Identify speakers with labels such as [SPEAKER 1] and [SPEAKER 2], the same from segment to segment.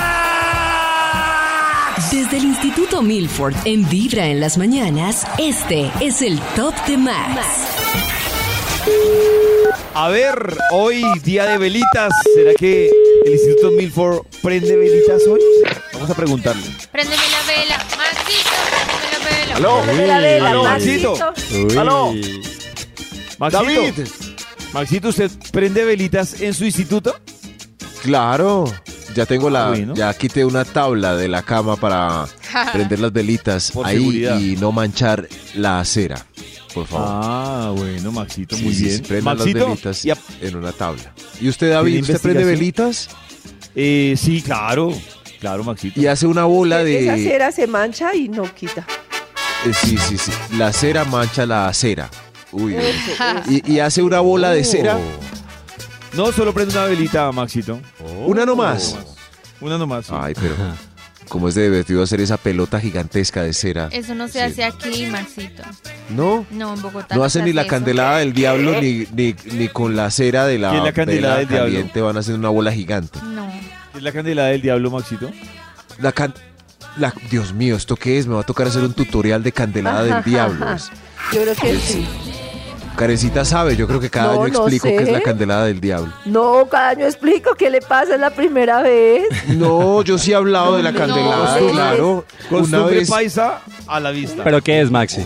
[SPEAKER 1] Desde el Instituto Milford, en Vibra en las mañanas, este es el Top de Max.
[SPEAKER 2] A ver, hoy día de velitas. ¿Será que el Instituto Milford prende velitas hoy? Vamos a preguntarle.
[SPEAKER 3] Préndeme la vela, Maxito, préndeme la vela.
[SPEAKER 4] ¡Aló!
[SPEAKER 5] De la vela,
[SPEAKER 2] Aló,
[SPEAKER 5] Maxito.
[SPEAKER 4] ¡Aló!
[SPEAKER 2] Maxito,
[SPEAKER 4] ¡David!
[SPEAKER 2] Maxito, ¿usted prende velitas en su instituto?
[SPEAKER 5] Claro. Ya tengo la.
[SPEAKER 2] Ah, Bueno.
[SPEAKER 5] Ya quité una tabla de la cama para prender las velitas
[SPEAKER 2] Por
[SPEAKER 5] ahí
[SPEAKER 2] seguridad.
[SPEAKER 5] y no manchar la acera. Por favor.
[SPEAKER 2] Ah, bueno, Maxito,
[SPEAKER 5] Oh. Sí,
[SPEAKER 2] muy
[SPEAKER 5] sí,
[SPEAKER 2] bien.
[SPEAKER 5] sí, prendan las
[SPEAKER 2] Maxito,
[SPEAKER 5] velitas
[SPEAKER 2] y a-
[SPEAKER 5] en una tabla. ¿Y usted, David, usted prende
[SPEAKER 2] investigación?
[SPEAKER 5] velitas
[SPEAKER 2] eh, sí, claro. Claro, Maxito.
[SPEAKER 5] y hace una bola de.
[SPEAKER 6] Esa cera se mancha y no quita.
[SPEAKER 5] eh, sí, sí, sí. La cera mancha la acera. Uy. uy.
[SPEAKER 6] Eso,
[SPEAKER 5] Y, y hace una bola
[SPEAKER 2] Uh.
[SPEAKER 5] de cera.
[SPEAKER 2] Oh. No, solo prende una velita, Maxito. Oh.
[SPEAKER 5] Una nomás.
[SPEAKER 2] Una nomás. sí.
[SPEAKER 5] Ay, pero. ¿Cómo es de divertido hacer esa pelota gigantesca de cera?
[SPEAKER 3] Eso no se
[SPEAKER 5] Sí.
[SPEAKER 3] hace aquí, Maxito.
[SPEAKER 5] ¿No?
[SPEAKER 3] No, en Bogotá.
[SPEAKER 5] No hacen
[SPEAKER 3] se
[SPEAKER 5] ni la
[SPEAKER 3] eso.
[SPEAKER 5] candelada del diablo ni, ni, ni con la cera de la,
[SPEAKER 2] ¿Qué es la candelada
[SPEAKER 5] vela
[SPEAKER 2] del diablo?
[SPEAKER 5] caliente van a hacer una bola gigante.
[SPEAKER 3] No.
[SPEAKER 2] ¿Es la candela del diablo, Maxito?
[SPEAKER 5] La can- la- Dios mío, ¿esto qué es? Me va a tocar hacer un tutorial de candelada del diablo.
[SPEAKER 6] Yo creo
[SPEAKER 5] Eh,
[SPEAKER 6] que sí.
[SPEAKER 5] Carecita sabe, yo creo que cada
[SPEAKER 6] No,
[SPEAKER 5] año
[SPEAKER 6] no
[SPEAKER 5] explico
[SPEAKER 6] sé.
[SPEAKER 5] qué es la candelada del diablo.
[SPEAKER 6] No, cada año explico qué le pasa, es la primera vez.
[SPEAKER 5] No, yo sí he hablado de la
[SPEAKER 3] No,
[SPEAKER 5] candelada,
[SPEAKER 6] no sé.
[SPEAKER 5] claro. Una
[SPEAKER 2] Costumbre
[SPEAKER 5] vez
[SPEAKER 2] paisa a la vista.
[SPEAKER 7] ¿Pero qué es, Maxi?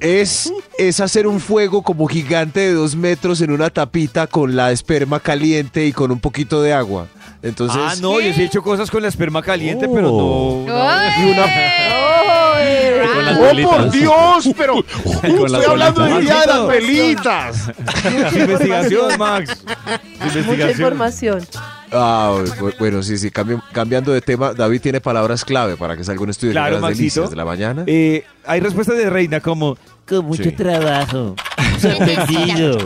[SPEAKER 5] es, es hacer un fuego como gigante de dos metros en una tapita con la esperma caliente y con un poquito de agua. Entonces,
[SPEAKER 2] ah, no, yo sí he hecho cosas con la esperma caliente, pero no.
[SPEAKER 3] ¡Ay!
[SPEAKER 6] ¡Ay!
[SPEAKER 7] Con las
[SPEAKER 4] ¡Oh, por
[SPEAKER 7] velitas.
[SPEAKER 4] Dios! Pero
[SPEAKER 7] Con las
[SPEAKER 4] estoy hablando
[SPEAKER 7] bolitas.
[SPEAKER 4] del día de las
[SPEAKER 2] Maxito.
[SPEAKER 4] velitas.
[SPEAKER 2] Su Investigación, Max. Su
[SPEAKER 6] Mucha
[SPEAKER 2] Investigación.
[SPEAKER 6] información.
[SPEAKER 5] Ah, bu- bueno, sí, sí. cambi- cambiando de tema, David tiene palabras clave para que salga un estudio
[SPEAKER 2] Claro,
[SPEAKER 5] de las
[SPEAKER 2] Maxito.
[SPEAKER 5] delicias de la mañana.
[SPEAKER 2] Eh, hay respuestas de reina como con mucho
[SPEAKER 5] Sí.
[SPEAKER 2] trabajo, sorprendido,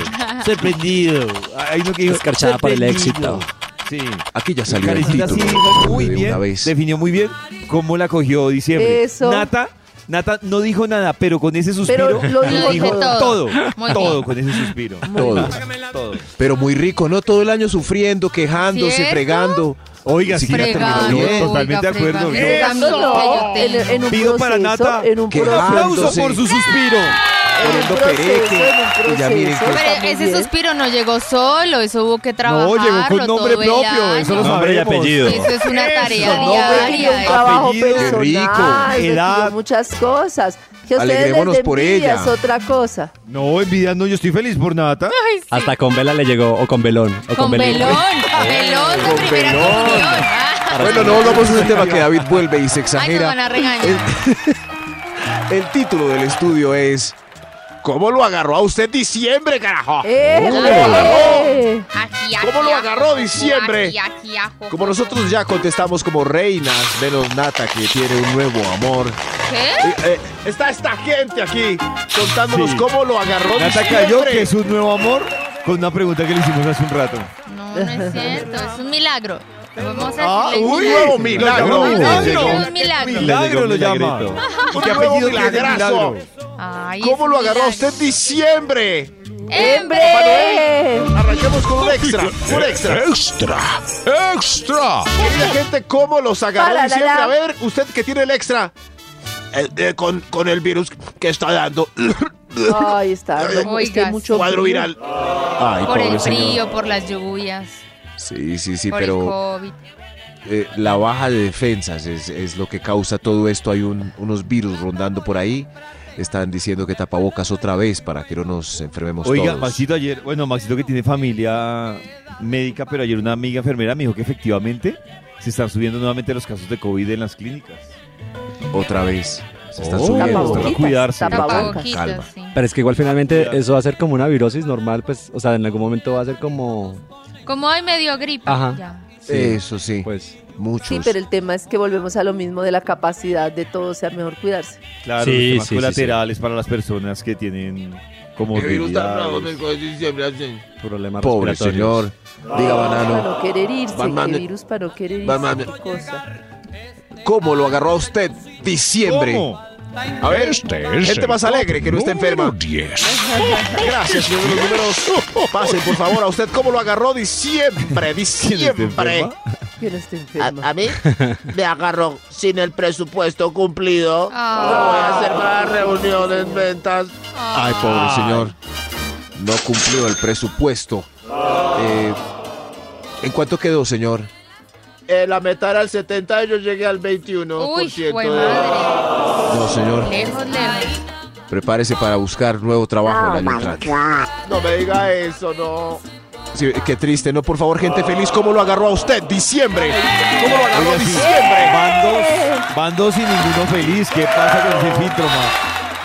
[SPEAKER 2] sorprendido. Hay uno que dijo,
[SPEAKER 7] Escarchada por el
[SPEAKER 2] "Sorprendido". Sí.
[SPEAKER 5] Aquí ya salió el
[SPEAKER 2] Karencita
[SPEAKER 5] título.
[SPEAKER 2] sí dijo muy
[SPEAKER 5] de
[SPEAKER 2] bien,
[SPEAKER 5] una vez.
[SPEAKER 2] definió muy bien cómo la cogió diciembre.
[SPEAKER 6] Eso.
[SPEAKER 2] Nata, Nata no dijo nada, pero con ese suspiro
[SPEAKER 6] Pero lo dijo
[SPEAKER 3] todo.
[SPEAKER 2] todo,
[SPEAKER 3] Muy
[SPEAKER 2] todo
[SPEAKER 3] bien.
[SPEAKER 2] con ese suspiro.
[SPEAKER 5] Todo.
[SPEAKER 2] Todo.
[SPEAKER 5] Pero muy rico, ¿no? Todo el año sufriendo, quejándose,
[SPEAKER 3] ¿Cierto?
[SPEAKER 5] fregando.
[SPEAKER 2] Oiga, sí,
[SPEAKER 5] Siquiera
[SPEAKER 3] Fregado,
[SPEAKER 5] terminó bien.
[SPEAKER 3] oiga,
[SPEAKER 2] Totalmente de acuerdo,
[SPEAKER 3] fregado.
[SPEAKER 2] yo-
[SPEAKER 3] Ese
[SPEAKER 6] Eso
[SPEAKER 3] amigo
[SPEAKER 6] no,
[SPEAKER 3] que yo
[SPEAKER 6] en,
[SPEAKER 3] tengo.
[SPEAKER 6] en un
[SPEAKER 2] Pido para
[SPEAKER 6] proceso,
[SPEAKER 2] Nata
[SPEAKER 6] en un
[SPEAKER 5] que
[SPEAKER 6] proceso.
[SPEAKER 2] Aplauso
[SPEAKER 5] Dándose.
[SPEAKER 2] por su suspiro.
[SPEAKER 6] en un
[SPEAKER 5] poniendo
[SPEAKER 6] proceso,
[SPEAKER 5] pereque.
[SPEAKER 6] en un
[SPEAKER 5] Y ya miren
[SPEAKER 3] Pero
[SPEAKER 5] que-
[SPEAKER 6] proceso. Está muy
[SPEAKER 3] ese
[SPEAKER 6] bien.
[SPEAKER 3] suspiro no llegó solo, eso hubo que trabajarlo
[SPEAKER 2] No, llegó con nombre
[SPEAKER 3] todo el
[SPEAKER 2] propio,
[SPEAKER 3] año.
[SPEAKER 2] eso lo
[SPEAKER 7] Nombre y
[SPEAKER 2] sabemos.
[SPEAKER 7] apellido.
[SPEAKER 3] Eso es una tarea
[SPEAKER 6] No, hombre, que un
[SPEAKER 3] diaria. eh.
[SPEAKER 6] trabajo
[SPEAKER 2] Apellido, qué
[SPEAKER 6] personal,
[SPEAKER 5] rico.
[SPEAKER 2] Edad.
[SPEAKER 6] requirió muchas cosas. Que a ustedes les
[SPEAKER 5] Alegrémonos
[SPEAKER 6] den
[SPEAKER 5] por
[SPEAKER 6] envidia
[SPEAKER 5] ella.
[SPEAKER 6] es otra cosa.
[SPEAKER 2] No, envidia no, yo estoy feliz por Nata.
[SPEAKER 3] Ay, sí.
[SPEAKER 7] Hasta con vela le llegó, o con velón. O
[SPEAKER 3] Con
[SPEAKER 7] velín.
[SPEAKER 3] velón, velón de
[SPEAKER 5] con
[SPEAKER 3] primera
[SPEAKER 5] velón.
[SPEAKER 3] comunión. Ah,
[SPEAKER 5] Bueno, no pues este hablamos de un tema que David vuelve y se
[SPEAKER 3] Ay, nos van
[SPEAKER 5] exagera.
[SPEAKER 3] a regañar.
[SPEAKER 5] El título del estudio es
[SPEAKER 4] ¿Cómo lo agarró a usted diciembre, carajo?
[SPEAKER 6] ¡Eh!
[SPEAKER 4] Claro.
[SPEAKER 3] Ají,
[SPEAKER 4] ¿Cómo
[SPEAKER 3] ají,
[SPEAKER 4] lo
[SPEAKER 3] ajo.
[SPEAKER 4] agarró diciembre?
[SPEAKER 3] Ají, ají, ajo.
[SPEAKER 5] Como nosotros ya contestamos como reinas, menos Nata que tiene un nuevo amor.
[SPEAKER 3] ¿Qué?
[SPEAKER 4] Eh, eh, está esta gente aquí contándonos
[SPEAKER 2] Sí.
[SPEAKER 4] cómo lo agarró
[SPEAKER 2] Nata
[SPEAKER 4] diciembre.
[SPEAKER 2] cayó, que es un nuevo amor, con una pregunta que le hicimos hace un rato.
[SPEAKER 3] No, no es cierto, es un milagro. Vamos
[SPEAKER 4] Ah,
[SPEAKER 3] a decirle
[SPEAKER 4] un
[SPEAKER 3] que-
[SPEAKER 4] nuevo milagro.
[SPEAKER 2] Un
[SPEAKER 3] milagro.
[SPEAKER 4] Un
[SPEAKER 3] Un milagro.
[SPEAKER 2] Milagro lo llama.
[SPEAKER 7] Milagrito.
[SPEAKER 2] ¿Y qué
[SPEAKER 4] nuevo
[SPEAKER 2] apellido tiene
[SPEAKER 4] milagrazo.
[SPEAKER 2] Milagro?
[SPEAKER 3] Ay, es
[SPEAKER 4] ¿Cómo
[SPEAKER 3] un
[SPEAKER 4] lo agarró a
[SPEAKER 3] milagro.
[SPEAKER 4] usted diciembre? Papá
[SPEAKER 6] ¡Hombre!
[SPEAKER 4] Noel, arranquemos con un extra. Un extra.
[SPEAKER 5] ¡Extra! ¡Extra!
[SPEAKER 4] Querida gente, ¿cómo los agarró
[SPEAKER 6] Para, la,
[SPEAKER 4] diciembre?
[SPEAKER 6] la.
[SPEAKER 4] A ver, usted que tiene el extra. eh,
[SPEAKER 5] con, el virus que está dando.
[SPEAKER 6] Ay, está.
[SPEAKER 3] Oiga,
[SPEAKER 6] dando- Es que hay mucho
[SPEAKER 4] Cuadro
[SPEAKER 6] frío.
[SPEAKER 4] viral.
[SPEAKER 5] Ay,
[SPEAKER 3] Por
[SPEAKER 5] pobre
[SPEAKER 3] el
[SPEAKER 5] señor.
[SPEAKER 3] frío, por las lluvias,
[SPEAKER 5] Sí, sí, sí,
[SPEAKER 3] por el
[SPEAKER 5] pero
[SPEAKER 3] COVID.
[SPEAKER 5] eh, la baja de defensas es, es lo que causa todo esto. Hay un- unos virus rondando por ahí. Están diciendo que tapabocas otra vez para que no nos enfermemos
[SPEAKER 2] Oiga,
[SPEAKER 5] Pues todos.
[SPEAKER 2] Maxito ayer, bueno, Maxito que tiene familia médica, pero ayer una amiga enfermera me dijo que efectivamente se están subiendo nuevamente los casos de COVID en las clínicas.
[SPEAKER 5] Otra vez. Se están
[SPEAKER 2] Oh.
[SPEAKER 5] subiendo.
[SPEAKER 2] Tapabocas.
[SPEAKER 5] Calma,
[SPEAKER 2] cuidarse.
[SPEAKER 6] tapabocas.
[SPEAKER 3] Tapabocas,
[SPEAKER 5] calma.
[SPEAKER 3] sí.
[SPEAKER 7] Pero es que igual finalmente eso va a ser como una virosis normal, pues, o sea, en algún momento va a ser como...
[SPEAKER 3] Como hoy me dio gripa.
[SPEAKER 7] Ajá.
[SPEAKER 3] ya.
[SPEAKER 7] Sí,
[SPEAKER 5] Eso sí.
[SPEAKER 7] Pues,
[SPEAKER 5] Muchos.
[SPEAKER 6] Sí, pero el tema es que volvemos a lo mismo de la capacidad de todos, o sea, mejor cuidarse.
[SPEAKER 2] Claro,
[SPEAKER 7] Sí,
[SPEAKER 2] los temas
[SPEAKER 7] sí, sí,
[SPEAKER 2] colaterales para las personas que tienen comorbilidades, problemas
[SPEAKER 5] Pobre
[SPEAKER 7] respiratorios.
[SPEAKER 5] señor. Diga
[SPEAKER 6] Para
[SPEAKER 5] banano.
[SPEAKER 6] no querer irse,
[SPEAKER 5] Van Mande-
[SPEAKER 6] qué virus para no querer
[SPEAKER 5] Van
[SPEAKER 6] irse,
[SPEAKER 5] Mande-
[SPEAKER 6] qué cosa.
[SPEAKER 5] ¿Cómo lo agarró a usted diciembre?
[SPEAKER 2] ¿Cómo?
[SPEAKER 4] A ver, gente más alegre que no está enferma. Gracias, señor de los números. Pase, por favor, a usted cómo lo agarró diciembre, diciembre.
[SPEAKER 2] enferma?
[SPEAKER 6] Yo no
[SPEAKER 5] Ah,
[SPEAKER 6] estoy
[SPEAKER 8] A,
[SPEAKER 6] enferma.
[SPEAKER 8] a mí me agarró sin el presupuesto cumplido. ¿Cómo
[SPEAKER 4] Ah,
[SPEAKER 8] voy a
[SPEAKER 3] Ah.
[SPEAKER 8] hacer para las reuniones, ventas?
[SPEAKER 5] Ay, pobre señor. No cumplió el presupuesto. Eh, ¿En cuánto quedó, señor?
[SPEAKER 8] Eh, la meta era el 70 y yo llegué al 21%.
[SPEAKER 3] Uy, güey,
[SPEAKER 8] de-
[SPEAKER 3] madre.
[SPEAKER 5] No, señor.
[SPEAKER 3] Lejos, lejos.
[SPEAKER 5] Prepárese para buscar nuevo trabajo el año entrante.
[SPEAKER 8] No me diga eso, no.
[SPEAKER 5] Sí, qué triste, ¿no? Por favor, gente feliz, ¿cómo lo agarró a usted? Diciembre.
[SPEAKER 4] ¿Cómo lo agarró
[SPEAKER 5] Oiga, sí.
[SPEAKER 4] diciembre?
[SPEAKER 2] Van dos, van dos y ninguno feliz. ¿Qué pasa con ese filtro, ma?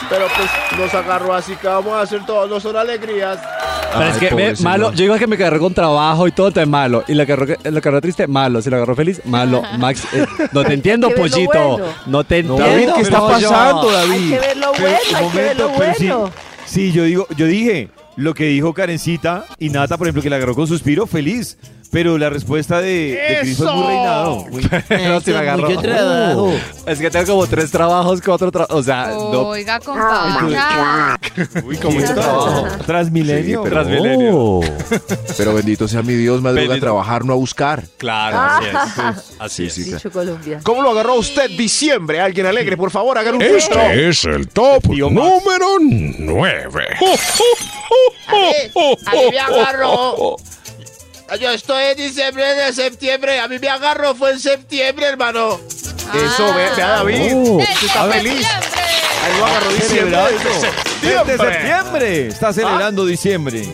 [SPEAKER 8] Pero pues nos agarró así que vamos a hacer todos, no son alegrías.
[SPEAKER 7] Pero es
[SPEAKER 5] Ah, Ay,
[SPEAKER 7] que,
[SPEAKER 5] pobre
[SPEAKER 7] ve,
[SPEAKER 5] señor.
[SPEAKER 7] malo, yo digo que me agarró con trabajo y todo, te malo. Y la agarró, la agarró triste, malo. Si la agarró feliz, malo. Max, eh, no te entiendo,
[SPEAKER 6] que ver lo
[SPEAKER 7] pollito.
[SPEAKER 6] bueno.
[SPEAKER 7] No te entiendo.
[SPEAKER 5] David, ¿qué está
[SPEAKER 7] pollo.
[SPEAKER 5] pasando,
[SPEAKER 6] Hay
[SPEAKER 5] David?
[SPEAKER 6] que ver lo
[SPEAKER 2] Pero,
[SPEAKER 6] bueno,
[SPEAKER 2] un
[SPEAKER 6] hay que ver lo
[SPEAKER 2] momento, pero sí-
[SPEAKER 6] bueno.
[SPEAKER 2] Sí, yo digo, yo dije lo que dijo Karencita y Nata, por ejemplo, que la agarró con suspiro, feliz. Pero la respuesta de, de Cris fue muy reinado. muy-
[SPEAKER 7] No, si la agarró. Uh, es que tengo como tres trabajos, cuatro trabajos. O
[SPEAKER 4] Ah,
[SPEAKER 7] sea, no.
[SPEAKER 3] Oiga, compadre.
[SPEAKER 2] Uy, ¿cómo está? Transmilenio.
[SPEAKER 5] Sí, Oh. pero-
[SPEAKER 7] Transmilenio.
[SPEAKER 5] Pero bendito sea mi Dios, madruga a
[SPEAKER 7] Bendito.
[SPEAKER 5] trabajar, no a buscar.
[SPEAKER 7] Claro,
[SPEAKER 5] Ah,
[SPEAKER 7] así es. Así es.
[SPEAKER 5] Sí, claro.
[SPEAKER 6] Dicho Colombia.
[SPEAKER 4] ¿Cómo lo agarró usted diciembre? Alguien alegre, por favor, hagan un
[SPEAKER 8] Eh,
[SPEAKER 4] gesto.
[SPEAKER 9] es el top
[SPEAKER 2] Tío Max.
[SPEAKER 9] 9.
[SPEAKER 8] A mí, a mí me agarró. Yo estoy en diciembre de septiembre. A mí me agarró, fue en septiembre, hermano. Uh.
[SPEAKER 4] Eso, ve,
[SPEAKER 3] Ah.
[SPEAKER 4] ve a David.
[SPEAKER 2] Oh,
[SPEAKER 4] Está feliz. Ahí lo agarró diciembre.
[SPEAKER 2] celebrando.
[SPEAKER 4] Desde
[SPEAKER 2] Desde septiembre. Está celebrando diciembre.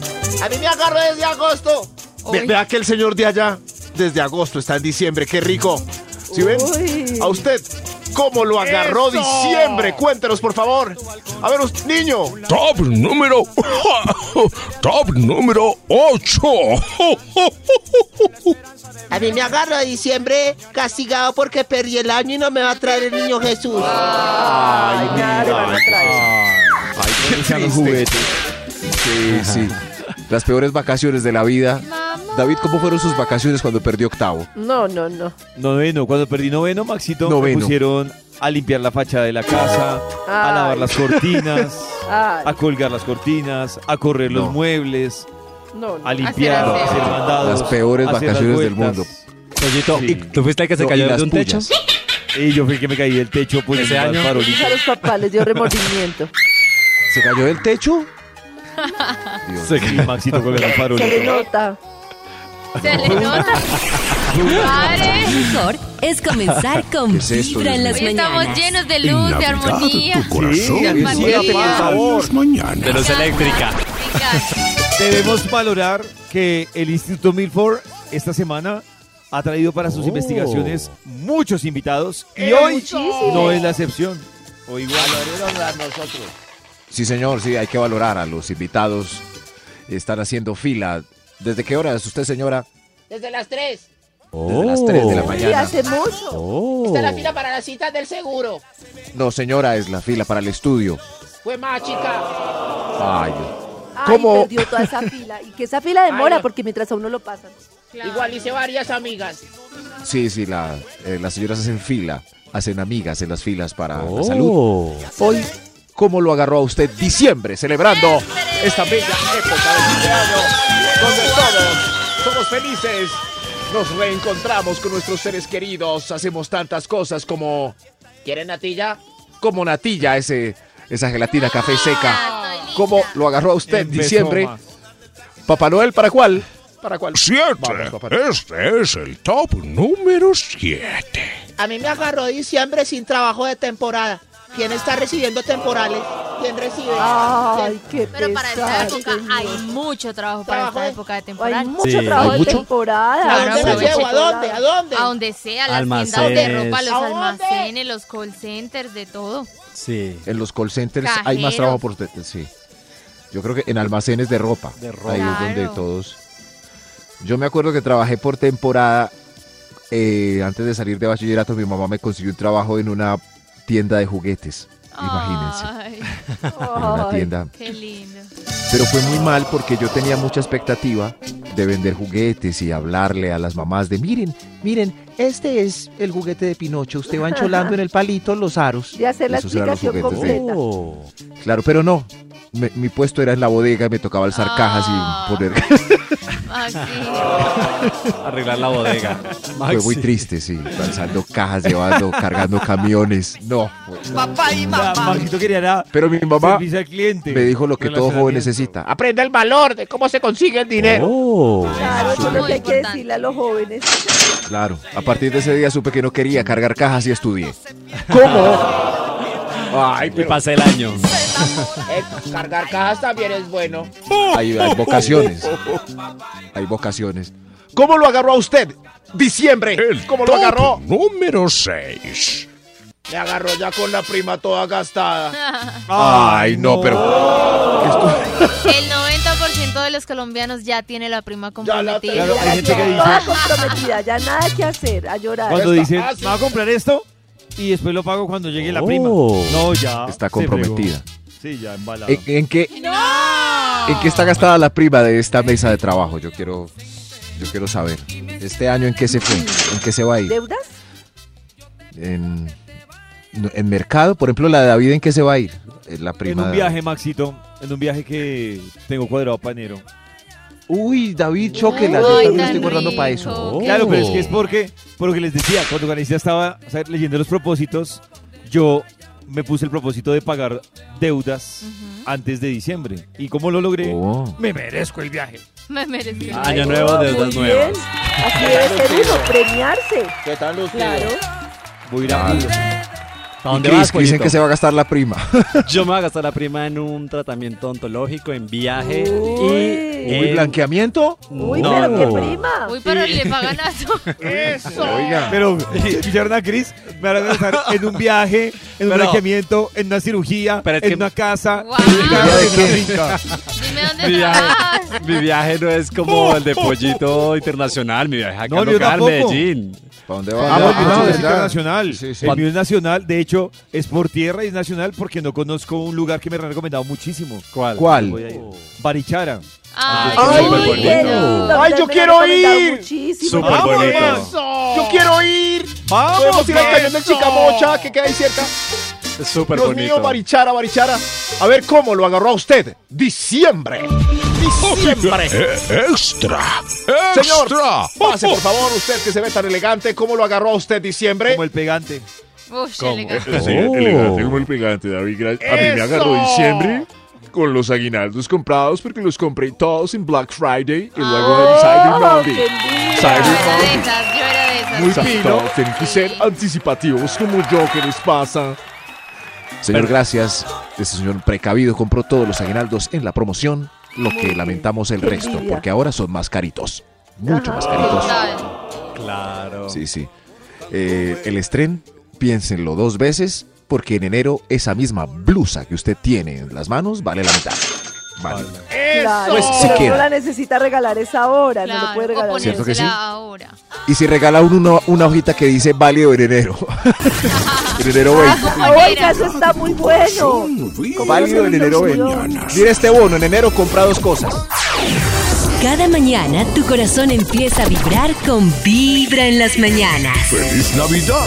[SPEAKER 8] A mí me agarró desde agosto.
[SPEAKER 4] Ve- Vea que el señor de allá, desde agosto, está en diciembre. Qué rico. ¿Sí ven?
[SPEAKER 6] Uy.
[SPEAKER 4] A usted, ¿cómo lo agarró diciembre? Cuéntenos, por favor. A ver, us- niño.
[SPEAKER 9] Top número. Top número 8.
[SPEAKER 8] A mí me agarró a diciembre castigado porque perdí el año y no me va a traer el niño Jesús.
[SPEAKER 6] Ay, claro, van a traer.
[SPEAKER 5] Ay, qué
[SPEAKER 2] Sean los
[SPEAKER 5] triste.
[SPEAKER 2] juguetes.
[SPEAKER 5] Sí, sí. Las peores vacaciones de la vida. David, ¿cómo fueron sus vacaciones cuando perdió octavo?
[SPEAKER 6] No, no, no.
[SPEAKER 2] Noveno. Cuando perdí noveno, Maxito,
[SPEAKER 5] Noveno.
[SPEAKER 2] me pusieron a limpiar la fachada de la casa, a
[SPEAKER 6] Ay.
[SPEAKER 2] lavar las cortinas,
[SPEAKER 6] Ay.
[SPEAKER 2] a colgar las cortinas, a correr
[SPEAKER 5] No.
[SPEAKER 2] los muebles,
[SPEAKER 6] No, no.
[SPEAKER 2] a limpiar, a
[SPEAKER 3] aseo.
[SPEAKER 2] hacer mandados.
[SPEAKER 5] Las peores
[SPEAKER 2] hacer las
[SPEAKER 5] vacaciones del
[SPEAKER 2] vueltas.
[SPEAKER 5] mundo.
[SPEAKER 7] Pollito,
[SPEAKER 2] Sí.
[SPEAKER 7] ¿tú fuiste el que se
[SPEAKER 5] No, y
[SPEAKER 7] cayó
[SPEAKER 5] las
[SPEAKER 7] de un techo?
[SPEAKER 5] pullas.
[SPEAKER 2] Y yo fui el que me caí del techo pues, por
[SPEAKER 7] Ese año.
[SPEAKER 6] Dijo a los papás les dio remordimiento.
[SPEAKER 5] ¿Se cayó del techo? Dios.
[SPEAKER 2] Sí, Maxito con el farolito.
[SPEAKER 6] Se le nota.
[SPEAKER 3] Se le nota. Padre.
[SPEAKER 1] Lo mejor es comenzar con
[SPEAKER 5] ¿Qué es esto,
[SPEAKER 1] Vibra en
[SPEAKER 5] Dios
[SPEAKER 1] las
[SPEAKER 3] Hoy estamos
[SPEAKER 1] mañanas.
[SPEAKER 3] llenos de luz, de armonía.
[SPEAKER 9] Tu corazón
[SPEAKER 2] Sí,
[SPEAKER 3] de
[SPEAKER 9] late
[SPEAKER 3] armonía.
[SPEAKER 9] más a las mañanas.
[SPEAKER 7] De luz eléctrica.
[SPEAKER 2] Debemos valorar que el Instituto Milford esta semana ha traído para sus investigaciones muchos invitados y hoy no es la excepción. Hoy
[SPEAKER 5] Sí, señor, sí, hay que valorar a los invitados. Están haciendo fila. ¿Desde qué hora es usted, señora?
[SPEAKER 8] Desde las 3.
[SPEAKER 5] Desde
[SPEAKER 7] Oh.
[SPEAKER 5] las 3 de la
[SPEAKER 6] Sí,
[SPEAKER 5] mañana. Oh.
[SPEAKER 6] hace mucho.
[SPEAKER 8] Está la fila para las citas del seguro.
[SPEAKER 5] No, señora, es la fila para el estudio.
[SPEAKER 8] Fue más, chica.
[SPEAKER 5] Ay, Dios.
[SPEAKER 6] Ay,
[SPEAKER 4] ¿Cómo?
[SPEAKER 6] perdió toda esa fila. Y que esa fila demora
[SPEAKER 8] Ay.
[SPEAKER 6] porque mientras a uno lo pasan.
[SPEAKER 8] Igual hice varias amigas.
[SPEAKER 5] sí, sí, la- eh, las señoras hacen fila, hacen amigas en las filas para
[SPEAKER 2] Oh.
[SPEAKER 5] la salud. Hoy, ¿cómo lo agarró a usted diciembre celebrando?
[SPEAKER 4] Esta bella época de fin de año, donde todos somos felices. Nos reencontramos con nuestros seres queridos. Hacemos tantas cosas como,
[SPEAKER 8] ¿Quieren natilla?
[SPEAKER 5] como natilla ese, esa gelatina café seca. ¿Cómo lo agarró a usted
[SPEAKER 2] Empezó,
[SPEAKER 5] diciembre?
[SPEAKER 2] ma.
[SPEAKER 5] Papá Noel, ¿para cuál?
[SPEAKER 4] para cual.
[SPEAKER 9] 7.
[SPEAKER 4] Vamos, papá.
[SPEAKER 9] Este es el top número 7.
[SPEAKER 8] A mí me agarró diciembre sin trabajo de temporada. ¿Quién está recibiendo temporales? ¿Quién recibe?
[SPEAKER 6] Ay,
[SPEAKER 8] ¿Quién-
[SPEAKER 6] qué
[SPEAKER 3] Pero para esta
[SPEAKER 6] pesar,
[SPEAKER 3] época
[SPEAKER 6] señor.
[SPEAKER 3] hay mucho trabajo para
[SPEAKER 8] Trabajo
[SPEAKER 3] esta
[SPEAKER 8] de-
[SPEAKER 3] época de temporada.
[SPEAKER 6] Hay mucho
[SPEAKER 7] Sí.
[SPEAKER 6] trabajo
[SPEAKER 5] ¿Hay
[SPEAKER 6] de
[SPEAKER 5] mucho?
[SPEAKER 6] temporada.
[SPEAKER 8] ¿A
[SPEAKER 3] Claro,
[SPEAKER 8] dónde me
[SPEAKER 3] aproveche.
[SPEAKER 8] llevo? ¿A dónde? ¿A dónde?
[SPEAKER 3] A donde sea, las tiendas de
[SPEAKER 7] Almacenes.
[SPEAKER 3] ropa, los
[SPEAKER 8] ¿A dónde?
[SPEAKER 3] almacenes, los call centers, de todo.
[SPEAKER 7] Sí.
[SPEAKER 5] En los call centers hay más
[SPEAKER 3] Cajeros.
[SPEAKER 5] trabajo por sí. Yo creo que en almacenes de ropa.
[SPEAKER 7] De ropa.
[SPEAKER 5] Ahí es
[SPEAKER 3] Claro.
[SPEAKER 5] donde todos. Yo me acuerdo que trabajé por temporada eh, antes de salir de bachillerato, mi mamá me consiguió un trabajo en una tienda de juguetes. Imagínense, en una
[SPEAKER 6] Ay,
[SPEAKER 5] tienda.
[SPEAKER 3] Qué lindo.
[SPEAKER 5] Pero fue muy mal porque yo tenía mucha expectativa de vender juguetes y hablarle a las mamás de miren, miren, este es el juguete de Pinocho, usted va encholando en el palito los aros.
[SPEAKER 6] Ya sé la
[SPEAKER 5] Esos eran los
[SPEAKER 6] explicación
[SPEAKER 7] Oh.
[SPEAKER 5] juguetes Uh, de-
[SPEAKER 6] completa.
[SPEAKER 5] Claro, pero no. me- mi puesto era en la bodega y me tocaba alzar cajas
[SPEAKER 3] Ah.
[SPEAKER 5] y poner...
[SPEAKER 3] Ay, sí.
[SPEAKER 7] Arreglar la bodega.
[SPEAKER 5] Fue muy triste, sí. Alzando cajas, llevando, cargando camiones. No. fue-
[SPEAKER 8] Papá y
[SPEAKER 2] Ah,
[SPEAKER 8] mamá.
[SPEAKER 2] Maxito quería era
[SPEAKER 5] Pero mi mamá
[SPEAKER 2] servicio al cliente.
[SPEAKER 5] me dijo lo que todo joven
[SPEAKER 2] Relacionamiento.
[SPEAKER 5] necesita. Ah,
[SPEAKER 8] Aprenda el valor de cómo se consigue el dinero.
[SPEAKER 6] Claro, eso es lo
[SPEAKER 3] Muy
[SPEAKER 6] que hay que
[SPEAKER 3] importante.
[SPEAKER 6] decirle a los jóvenes.
[SPEAKER 5] Claro. A partir de ese día supe que no quería cargar cajas y estudié. ¿Cómo?
[SPEAKER 7] Y pasé el año.
[SPEAKER 8] Eh, cargar cajas también es bueno.
[SPEAKER 5] Hay, hay vocaciones. Hay vocaciones. ¿Cómo lo agarró a usted? Diciembre.
[SPEAKER 9] El
[SPEAKER 5] ¿Cómo lo
[SPEAKER 9] top
[SPEAKER 5] agarró?
[SPEAKER 9] número 6.
[SPEAKER 4] Me agarró ya con la prima toda gastada.
[SPEAKER 5] Ay, no, pero.
[SPEAKER 3] El 90% de los colombianos ya tiene la prima
[SPEAKER 4] Ya la
[SPEAKER 3] comprometida.
[SPEAKER 2] Claro, hay gente que dice-
[SPEAKER 6] Toda comprometida, ya nada que hacer, a llorar.
[SPEAKER 2] Cuando
[SPEAKER 4] Está
[SPEAKER 2] dicen,
[SPEAKER 4] fácil.
[SPEAKER 2] me va a comprar esto y después lo pago cuando llegue la
[SPEAKER 7] Oh. Eh,
[SPEAKER 2] prima. No, ya.
[SPEAKER 5] Está
[SPEAKER 2] se fregó.
[SPEAKER 5] comprometida.
[SPEAKER 2] Sí, ya embalada.
[SPEAKER 5] ¿En, en qué, ¿En qué está gastada la prima de esta mesa de trabajo? Yo quiero. Yo quiero saber. Este año en qué se fue, en qué se va a ir.
[SPEAKER 6] ¿Deudas?
[SPEAKER 5] en, en mercado. Por ejemplo, la de David, ¿en qué se va a ir? Eh, La
[SPEAKER 2] en
[SPEAKER 5] prima.
[SPEAKER 2] un
[SPEAKER 5] de
[SPEAKER 2] viaje, Maxito, en un viaje que tengo cuadrado para enero.
[SPEAKER 5] David. Uy, David, choquela.
[SPEAKER 3] Uy,
[SPEAKER 5] Yo también
[SPEAKER 3] tan
[SPEAKER 5] estoy guardando para
[SPEAKER 3] rico.
[SPEAKER 5] eso.
[SPEAKER 7] Oh.
[SPEAKER 2] Claro, pero es que es porque, por lo que les decía, cuando Ganesita estaba o sea, leyendo los propósitos, yo me puse el propósito de pagar deudas antes de diciembre. ¿Y cómo lo logré?
[SPEAKER 5] Oh.
[SPEAKER 2] Me merezco el viaje.
[SPEAKER 3] Me merezco.
[SPEAKER 7] Año nuevo,
[SPEAKER 6] Muy
[SPEAKER 7] deudas
[SPEAKER 6] bien.
[SPEAKER 7] nuevas.
[SPEAKER 6] Así debe ser uno, premiarse.
[SPEAKER 4] ¿Qué tal los
[SPEAKER 6] Claro.
[SPEAKER 2] Voy a ir a-
[SPEAKER 7] ¿Para
[SPEAKER 5] ¿Y
[SPEAKER 7] dónde
[SPEAKER 5] Cris,
[SPEAKER 7] vas,
[SPEAKER 5] Cris, en
[SPEAKER 7] pollito?
[SPEAKER 5] qué se va a gastar la prima?
[SPEAKER 7] Yo me voy a gastar la prima en un tratamiento ontológico, en viaje
[SPEAKER 6] Uy.
[SPEAKER 7] y...
[SPEAKER 5] Uy,
[SPEAKER 7] en-
[SPEAKER 5] blanqueamiento?
[SPEAKER 6] Uy,
[SPEAKER 7] No,
[SPEAKER 6] pero
[SPEAKER 7] no.
[SPEAKER 6] qué prima.
[SPEAKER 3] Uy, pero le pagan a todo.
[SPEAKER 5] Oiga.
[SPEAKER 2] Pero, ¿escucharon a Cris? Me van a gastar en un viaje, en un
[SPEAKER 7] Pero-
[SPEAKER 2] blanqueamiento, en una cirugía,
[SPEAKER 7] Pero es
[SPEAKER 2] en
[SPEAKER 7] que-
[SPEAKER 2] una casa,
[SPEAKER 3] Wow.
[SPEAKER 2] en un carro, en una finca.
[SPEAKER 3] Dime dónde
[SPEAKER 7] Mi viaje,
[SPEAKER 3] trabajas.
[SPEAKER 7] mi viaje no es como el de pollito internacional, mi viaje acá
[SPEAKER 2] No,
[SPEAKER 7] no,
[SPEAKER 2] yo
[SPEAKER 7] local,
[SPEAKER 2] tampoco.
[SPEAKER 7] Medellín.
[SPEAKER 5] ¿Para dónde
[SPEAKER 2] Ah,
[SPEAKER 5] va?
[SPEAKER 2] bueno,
[SPEAKER 5] Ah,
[SPEAKER 2] no, es
[SPEAKER 5] ¿verdad?
[SPEAKER 2] internacional.
[SPEAKER 5] Sí, sí.
[SPEAKER 2] El mío es nacional. De hecho, es por tierra y es nacional porque no conozco un lugar que me han recomendado muchísimo.
[SPEAKER 7] ¿Cuál?
[SPEAKER 5] ¿Cuál?
[SPEAKER 2] Voy a ir. Barichara.
[SPEAKER 3] Ay,
[SPEAKER 7] Ay,
[SPEAKER 3] qué
[SPEAKER 7] muy
[SPEAKER 3] bonito.
[SPEAKER 7] bien.
[SPEAKER 6] lindo. Me
[SPEAKER 4] Ay, yo
[SPEAKER 6] lo han
[SPEAKER 4] quiero
[SPEAKER 6] recomendado
[SPEAKER 4] ir.
[SPEAKER 6] Muchísimo.
[SPEAKER 7] Súper bonito.
[SPEAKER 4] Yo quiero ir.
[SPEAKER 2] ¡Vamos!
[SPEAKER 4] Podemos ir al cañón del Chicamocha que queda ahí cerca.
[SPEAKER 7] Súper
[SPEAKER 4] Dios mío,
[SPEAKER 7] bonito.
[SPEAKER 4] Barichara, Barichara. A ver cómo lo agarró a usted. Diciembre. Diciembre.
[SPEAKER 9] Eh, Extra.
[SPEAKER 4] Señor,
[SPEAKER 9] Extra.
[SPEAKER 4] pase por favor, usted que se ve tan elegante. ¿Cómo lo agarró a usted diciembre?
[SPEAKER 2] Como el pegante.
[SPEAKER 3] Uy, elegante.
[SPEAKER 9] Sí, elegante como el pegante, David. Gracias. A mí me agarró diciembre con los aguinaldos comprados porque los compré todos en Black Friday y luego en
[SPEAKER 4] Ah,
[SPEAKER 9] Cyber
[SPEAKER 6] Oh, qué
[SPEAKER 9] Monday.
[SPEAKER 3] Yo
[SPEAKER 6] envidia.
[SPEAKER 9] Cyber
[SPEAKER 3] era de esas, yo era de esas.
[SPEAKER 9] Muy pino. Tienen que ser anticipativos como yo que les pasa.
[SPEAKER 5] Señor, gracias. Este señor precavido compró todos los aguinaldos en la promoción, lo que lamentamos el
[SPEAKER 6] Qué
[SPEAKER 5] resto,
[SPEAKER 6] envidia.
[SPEAKER 5] porque ahora son más caritos. Mucho
[SPEAKER 6] Ajá.
[SPEAKER 5] más caritos.
[SPEAKER 3] Total.
[SPEAKER 7] Claro.
[SPEAKER 5] Sí, sí. Eh, el estren, piénsenlo dos veces, porque en enero esa misma blusa que usted tiene en las manos vale la mitad. Vale.
[SPEAKER 6] Claro,
[SPEAKER 5] Pues, si
[SPEAKER 6] pero
[SPEAKER 5] quiere.
[SPEAKER 6] no la necesita regalar esa hora, no lo
[SPEAKER 3] Claro,
[SPEAKER 6] puede
[SPEAKER 3] o
[SPEAKER 6] regalar.
[SPEAKER 5] ¿Cierto que sí?
[SPEAKER 3] ponérsela ahora.
[SPEAKER 5] Y si regala uno una, una hojita que dice válido en enero. en enero 20.
[SPEAKER 6] Oiga, eso Ah, está muy bueno.
[SPEAKER 5] Válido en enero 20. Mira este bono, en enero compra dos cosas.
[SPEAKER 1] Cada mañana tu corazón empieza a vibrar con Vibra en las mañanas.
[SPEAKER 9] ¡Feliz Navidad!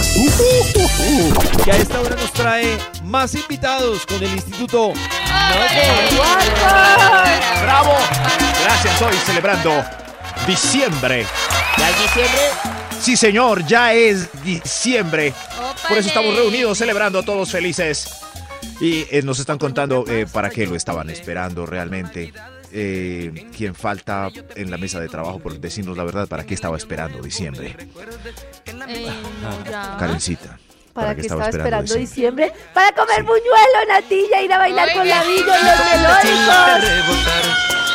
[SPEAKER 2] Que a esta hora nos trae más invitados con el Instituto.
[SPEAKER 4] ¡Bravo! Gracias hoy celebrando diciembre. ¿Ya es diciembre? Sí, señor, ya es diciembre. Por eso
[SPEAKER 3] eh,
[SPEAKER 4] estamos reunidos celebrando todos felices.
[SPEAKER 5] Y eh, nos están contando eh, para qué lo estaban esperando realmente. Eh, quien falta en la mesa de trabajo por decirnos la verdad, para qué estaba esperando diciembre.
[SPEAKER 3] Eh, ya.
[SPEAKER 5] Karencita.
[SPEAKER 6] Ah, ¿Para qué estaba
[SPEAKER 5] esperando
[SPEAKER 6] esperando
[SPEAKER 5] diciembre?
[SPEAKER 6] diciembre? Para comer buñuelo, natilla, ir a bailar
[SPEAKER 3] Oiga.
[SPEAKER 6] con la villa y los melódicos.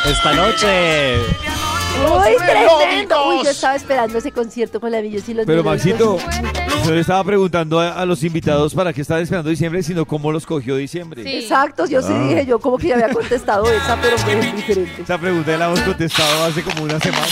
[SPEAKER 7] Esta noche.
[SPEAKER 6] Uy,
[SPEAKER 4] ¡Los
[SPEAKER 6] tremendo. Uy,
[SPEAKER 4] melódicos!
[SPEAKER 6] yo estaba esperando ese concierto con la villa y los
[SPEAKER 2] Pero
[SPEAKER 6] melódicos.
[SPEAKER 2] Maxito, yo le estaba preguntando a, a los invitados para qué estaban esperando diciembre, sino cómo los cogió diciembre.
[SPEAKER 3] Sí.
[SPEAKER 6] Exacto, yo
[SPEAKER 5] Ah.
[SPEAKER 6] sí dije, yo como que ya había contestado esa, pero fue diferente.
[SPEAKER 2] Esa pregunta ya la hemos contestado hace como una semana.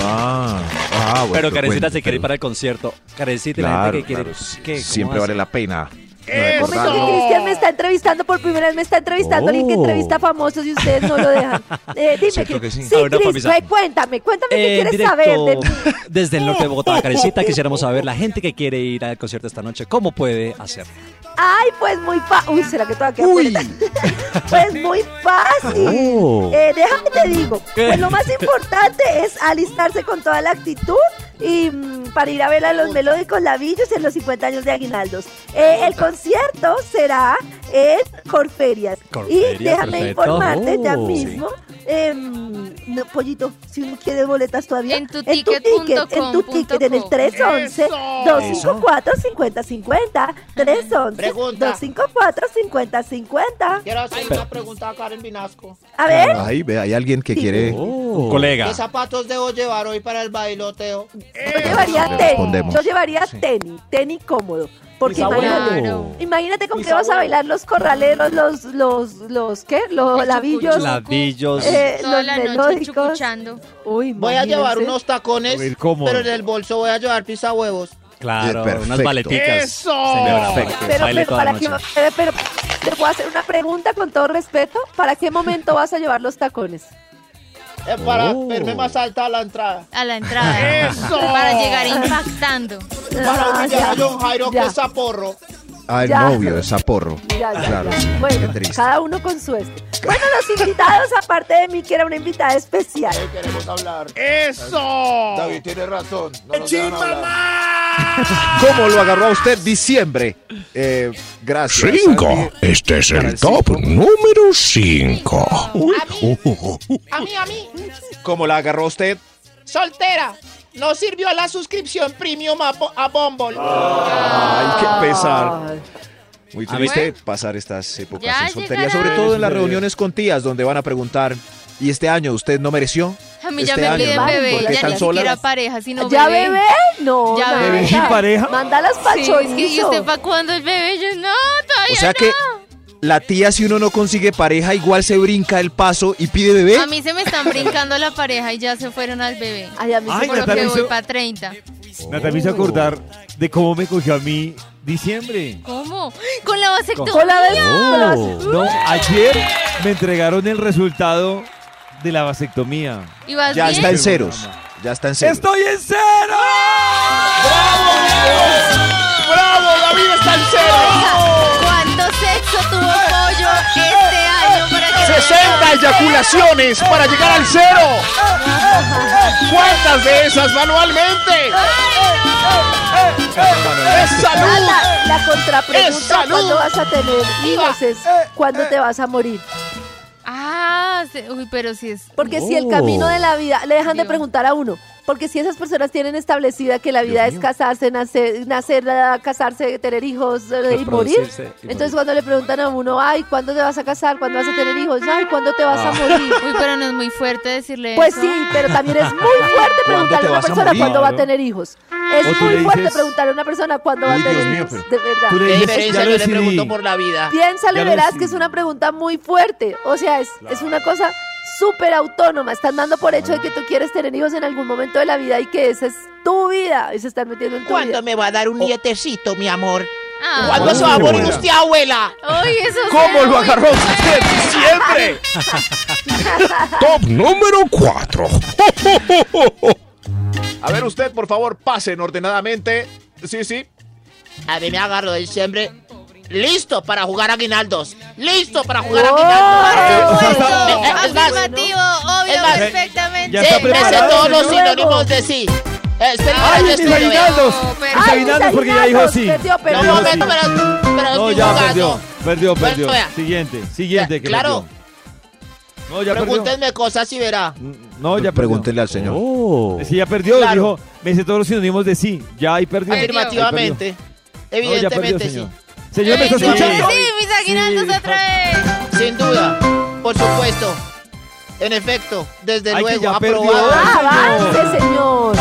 [SPEAKER 5] Ah, ah, bueno,
[SPEAKER 7] pero Karencita
[SPEAKER 5] bueno,
[SPEAKER 7] se quiere ir
[SPEAKER 5] pero-
[SPEAKER 7] para el concierto. Karencita y la
[SPEAKER 5] Claro,
[SPEAKER 7] gente que quiere.
[SPEAKER 5] claro, sí,
[SPEAKER 7] ¿qué? ¿Cómo
[SPEAKER 5] Siempre
[SPEAKER 7] hace?
[SPEAKER 5] vale la pena.
[SPEAKER 4] ¡Eso!
[SPEAKER 6] Un momento
[SPEAKER 5] Recordar-
[SPEAKER 6] que Cristian me está entrevistando por primera vez, me está entrevistando alguien que
[SPEAKER 5] Oh.
[SPEAKER 6] entrevista a famosos y ustedes no lo dejan. Eh, dime,
[SPEAKER 5] Cierto
[SPEAKER 6] Cris.
[SPEAKER 5] que sí.
[SPEAKER 6] sí,
[SPEAKER 7] A ver, no,
[SPEAKER 6] Cris,
[SPEAKER 7] Fabisa.
[SPEAKER 6] ve, cuéntame, cuéntame qué
[SPEAKER 7] En
[SPEAKER 6] quieres
[SPEAKER 7] Eh, directo,
[SPEAKER 6] saber de mí.
[SPEAKER 7] desde el norte de Bogotá, Karencita, quisiéramos saber la gente que quiere ir al concierto esta noche, ¿cómo puede hacerlo?
[SPEAKER 6] Ay, pues muy fácil. Uy, será que todavía queda puerta? Pues muy fácil.
[SPEAKER 5] Oh.
[SPEAKER 6] Eh, déjame te digo. Pues lo más importante es alistarse con toda la actitud y mm, para ir a ver a los melódicos labillos en los 50 años de Aguinaldos. Eh, el concierto será en Corferias.
[SPEAKER 7] Corferias,
[SPEAKER 6] y déjame
[SPEAKER 7] perfecto.
[SPEAKER 6] informarte ya
[SPEAKER 7] Oh.
[SPEAKER 6] mismo. em, no, pollito, si uno quiere boletas todavía,
[SPEAKER 3] En tu
[SPEAKER 6] en tu
[SPEAKER 3] ticket
[SPEAKER 6] ticket,
[SPEAKER 3] punto
[SPEAKER 6] en tu
[SPEAKER 3] com
[SPEAKER 6] ticket, en el
[SPEAKER 3] punto co.
[SPEAKER 6] 311 254 5050 311
[SPEAKER 8] Pregunta.
[SPEAKER 6] 254 5050
[SPEAKER 8] Quiero hacer una pregunta a Karen Vinasco.
[SPEAKER 6] A ver,
[SPEAKER 5] Ay, ve, hay alguien que
[SPEAKER 6] Sí.
[SPEAKER 5] quiere.
[SPEAKER 2] Oh.
[SPEAKER 7] Un colega.
[SPEAKER 8] ¿Qué zapatos debo llevar hoy para el bailoteo?
[SPEAKER 6] yo llevaría
[SPEAKER 5] le
[SPEAKER 6] tenis.
[SPEAKER 5] respondemos.
[SPEAKER 6] Yo llevaría tenis, tenis cómodo. Porque imagínate,
[SPEAKER 3] Claro.
[SPEAKER 6] imagínate con qué vas a bailar los corraleros, los, los, los, ¿qué? Los
[SPEAKER 3] Los
[SPEAKER 6] labillos.
[SPEAKER 7] Lavillos.
[SPEAKER 6] eh,
[SPEAKER 3] Toda
[SPEAKER 6] los
[SPEAKER 3] la noche
[SPEAKER 6] melódicos.
[SPEAKER 3] chucuchando.
[SPEAKER 6] Uy,
[SPEAKER 8] Voy a llevar
[SPEAKER 6] imagínense.
[SPEAKER 8] unos tacones,
[SPEAKER 2] A ver, ¿cómo?
[SPEAKER 8] pero en el bolso voy a llevar pisahuevos.
[SPEAKER 7] Claro,
[SPEAKER 5] Perfecto.
[SPEAKER 7] unas baleticas.
[SPEAKER 4] ¡Eso!
[SPEAKER 7] Señora, para
[SPEAKER 5] Perfecto.
[SPEAKER 7] que
[SPEAKER 6] Pero,
[SPEAKER 7] baile
[SPEAKER 6] pero,
[SPEAKER 7] toda
[SPEAKER 6] ¿para
[SPEAKER 7] la
[SPEAKER 6] qué,
[SPEAKER 7] noche.
[SPEAKER 6] pero, pero, te puedo hacer una pregunta con todo respeto. ¿Para qué momento vas a llevar los tacones?
[SPEAKER 8] eh, para
[SPEAKER 9] Oh.
[SPEAKER 8] verme más alta a la entrada.
[SPEAKER 3] A la entrada.
[SPEAKER 4] ¡Eso!
[SPEAKER 3] Para llegar impactando.
[SPEAKER 8] Para
[SPEAKER 6] Ah,
[SPEAKER 8] humillar
[SPEAKER 6] ya,
[SPEAKER 8] a John Jairo
[SPEAKER 6] ya.
[SPEAKER 8] que es zaporro.
[SPEAKER 5] Ah, el
[SPEAKER 6] Ya.
[SPEAKER 5] novio de Zaporro.
[SPEAKER 6] Ya, ya,
[SPEAKER 5] Claro,
[SPEAKER 6] ya.
[SPEAKER 5] sí,
[SPEAKER 6] Bueno,
[SPEAKER 5] qué triste.
[SPEAKER 6] cada uno con su este. Bueno, los invitados, aparte de mí, que era una invitada especial.
[SPEAKER 8] Queremos hablar.
[SPEAKER 4] ¡Eso!
[SPEAKER 8] tiene razón.
[SPEAKER 5] ¿Cómo lo agarró a usted diciembre? Eh, gracias. Andy.
[SPEAKER 10] Este es
[SPEAKER 5] el top
[SPEAKER 10] número 5.
[SPEAKER 8] A mí, a mí.
[SPEAKER 5] ¿Cómo la agarró usted?
[SPEAKER 8] Soltera. No sirvió la suscripción premium a, Bo- a Bumble.
[SPEAKER 5] Ay, qué pesar.
[SPEAKER 6] Ay,
[SPEAKER 5] Muy
[SPEAKER 7] A
[SPEAKER 5] triste pasar estas épocas
[SPEAKER 3] Ah, Ya
[SPEAKER 5] en soltería,
[SPEAKER 3] llegará.
[SPEAKER 5] sobre todo en las reuniones con tías, donde van a preguntar, ¿y este año usted no mereció?
[SPEAKER 3] A mí ya
[SPEAKER 5] Este
[SPEAKER 3] me
[SPEAKER 5] año,
[SPEAKER 3] piden
[SPEAKER 5] ¿no?
[SPEAKER 3] bebé.
[SPEAKER 5] Porque
[SPEAKER 3] Ya ni
[SPEAKER 5] están solas.
[SPEAKER 3] siquiera pareja, sino
[SPEAKER 6] ¿Ya
[SPEAKER 3] bebé.
[SPEAKER 6] bebé? No.
[SPEAKER 3] Ya
[SPEAKER 6] nada.
[SPEAKER 3] bebé.
[SPEAKER 2] ¿Bebé y pareja?
[SPEAKER 6] Mandalas
[SPEAKER 3] Sí, es que ¿y
[SPEAKER 6] pachorizo.
[SPEAKER 3] usted para cuándo el bebé? Yo, no, todavía
[SPEAKER 5] O sea que la tía, si uno no consigue pareja, igual se brinca el paso y pide bebé.
[SPEAKER 3] A mí se me están brincando la pareja y ya se fueron al bebé.
[SPEAKER 6] Ay, a mí
[SPEAKER 2] Ay,
[SPEAKER 6] se
[SPEAKER 3] Por
[SPEAKER 6] me
[SPEAKER 3] lo
[SPEAKER 2] Natalia,
[SPEAKER 3] que voy
[SPEAKER 2] eso-
[SPEAKER 3] para 30.
[SPEAKER 2] Nata me hizo acordar de cómo me cogió a mí diciembre.
[SPEAKER 3] ¿Cómo? Con la vasectomía.
[SPEAKER 6] Con la vez-
[SPEAKER 2] Oh.
[SPEAKER 6] con la vez-
[SPEAKER 2] No, ayer me entregaron el resultado de la vasectomía.
[SPEAKER 3] ¿Y vas
[SPEAKER 5] ya
[SPEAKER 3] bien?
[SPEAKER 5] está en ceros. Ya está en ceros.
[SPEAKER 2] ¡Estoy en cero!
[SPEAKER 3] Oiga, ¿Cuánto sexo tuvo Pollo este año para que...
[SPEAKER 4] 60 eyaculaciones para llegar al cero. ¿Cuántas de esas manualmente? ¡Es salud!
[SPEAKER 6] Nada, la
[SPEAKER 4] Es
[SPEAKER 6] contrapregunta,
[SPEAKER 4] salud.
[SPEAKER 6] ¿cuándo vas a tener hijos? Es,
[SPEAKER 3] Eh,
[SPEAKER 6] ¿cuándo te vas a morir?
[SPEAKER 3] Ah, se- uy, pero si es...
[SPEAKER 6] Porque si el camino de la vida, le dejan de preguntar a uno. Porque si esas personas tienen establecida que la vida es casarse, nacer, nacer, ah, casarse, tener hijos eh, y morir,
[SPEAKER 7] Reproducirse y morir.
[SPEAKER 6] entonces cuando le preguntan a uno, ay, ¿cuándo te vas a casar? ¿Cuándo vas a tener hijos? Ay, ¿cuándo te
[SPEAKER 3] Ah.
[SPEAKER 6] vas a morir?
[SPEAKER 3] Uy, pero no es muy fuerte decirle
[SPEAKER 6] Ah. Pues
[SPEAKER 3] eso.
[SPEAKER 6] sí, pero también es muy fuerte preguntarle a
[SPEAKER 5] te
[SPEAKER 6] una
[SPEAKER 5] vas a
[SPEAKER 6] persona
[SPEAKER 5] morir?
[SPEAKER 6] cuándo va a
[SPEAKER 2] Claro.
[SPEAKER 6] tener hijos. Es
[SPEAKER 2] O tú
[SPEAKER 6] muy
[SPEAKER 2] le
[SPEAKER 6] fuerte
[SPEAKER 2] dices-
[SPEAKER 6] preguntarle a una persona cuándo va a
[SPEAKER 5] Uy,
[SPEAKER 6] tener
[SPEAKER 5] Dios mío,
[SPEAKER 6] hijos. De verdad.
[SPEAKER 2] Tú le
[SPEAKER 8] ¿Qué
[SPEAKER 2] dices,
[SPEAKER 8] diferencia?
[SPEAKER 2] ya lo
[SPEAKER 8] Yo le
[SPEAKER 2] decidí.
[SPEAKER 8] pregunto por la vida.
[SPEAKER 6] Piénsalo
[SPEAKER 2] Ya
[SPEAKER 6] y
[SPEAKER 2] lo
[SPEAKER 6] verás
[SPEAKER 2] decidí.
[SPEAKER 6] que es una pregunta muy fuerte. O sea, es, es una cosa súper autónoma. Están dando por hecho de que tú quieres tener hijos en algún momento de la vida y que esa es tu vida. Y se están metiendo en tu vida.
[SPEAKER 8] ¿Cuándo me va a dar un nietecito, mi amor?
[SPEAKER 3] Ah.
[SPEAKER 8] ¿Cuándo se va a
[SPEAKER 2] Uy,
[SPEAKER 8] morir
[SPEAKER 2] buena.
[SPEAKER 8] usted, abuela?
[SPEAKER 3] Uy, eso
[SPEAKER 4] ¿Cómo
[SPEAKER 3] suena
[SPEAKER 4] lo
[SPEAKER 3] muy
[SPEAKER 4] agarró usted
[SPEAKER 3] fuerte.
[SPEAKER 4] diciembre?
[SPEAKER 10] Top número 4.
[SPEAKER 4] A ver, usted, por favor, pasen ordenadamente. Sí, sí.
[SPEAKER 8] A mí me agarro de diciembre. Listo para jugar aguinaldos. Listo para jugar
[SPEAKER 6] ¡Oh!
[SPEAKER 8] aguinaldos.
[SPEAKER 3] Por supuesto,
[SPEAKER 8] Eh, es más,
[SPEAKER 3] afirmativo, obvio,
[SPEAKER 8] es más,
[SPEAKER 3] perfectamente.
[SPEAKER 2] ya
[SPEAKER 8] Sí,
[SPEAKER 2] está
[SPEAKER 8] me sé
[SPEAKER 2] preparado,
[SPEAKER 8] todos los
[SPEAKER 6] luego.
[SPEAKER 8] sinónimos de sí. Eh, espera,
[SPEAKER 2] ¡Ay,
[SPEAKER 8] yo
[SPEAKER 2] mis
[SPEAKER 8] estoy-
[SPEAKER 2] aguinaldos!
[SPEAKER 3] pero-
[SPEAKER 2] Mis
[SPEAKER 3] Ay,
[SPEAKER 2] aguinaldos porque ya dijo sí.
[SPEAKER 6] Perdió,
[SPEAKER 8] No,
[SPEAKER 6] perdió.
[SPEAKER 8] un momento, pero, pero
[SPEAKER 2] No,
[SPEAKER 8] estoy
[SPEAKER 2] ya
[SPEAKER 8] jugando.
[SPEAKER 2] perdió. Perdió, perdió.
[SPEAKER 8] Bueno, vea.
[SPEAKER 2] Siguiente, siguiente. que
[SPEAKER 8] Claro.
[SPEAKER 2] perdió. No, ya perdió.
[SPEAKER 8] Pregúntenme cosas y verá.
[SPEAKER 2] No, ya perdió. Oh.
[SPEAKER 5] Pregúntele al señor.
[SPEAKER 2] Sí, ya perdió.
[SPEAKER 8] Claro.
[SPEAKER 2] Dijo, me hice todos los sinónimos de sí. Ya, y perdió.
[SPEAKER 3] Perdió.
[SPEAKER 8] Afirmativamente.
[SPEAKER 2] No, ya perdió,
[SPEAKER 8] Evidentemente
[SPEAKER 2] señor. Señor, ¿me
[SPEAKER 3] Ay,
[SPEAKER 2] está
[SPEAKER 3] sí,
[SPEAKER 2] escuchando?
[SPEAKER 3] Sí, mis aguinaldos
[SPEAKER 2] Sí.
[SPEAKER 3] otra vez.
[SPEAKER 8] sí. Sin duda. Por supuesto. En efecto, desde
[SPEAKER 2] Ay, que
[SPEAKER 8] luego,
[SPEAKER 2] ya perdió.
[SPEAKER 8] aprobado.
[SPEAKER 6] Ah,
[SPEAKER 8] Ah,
[SPEAKER 6] ¡Avance, señor!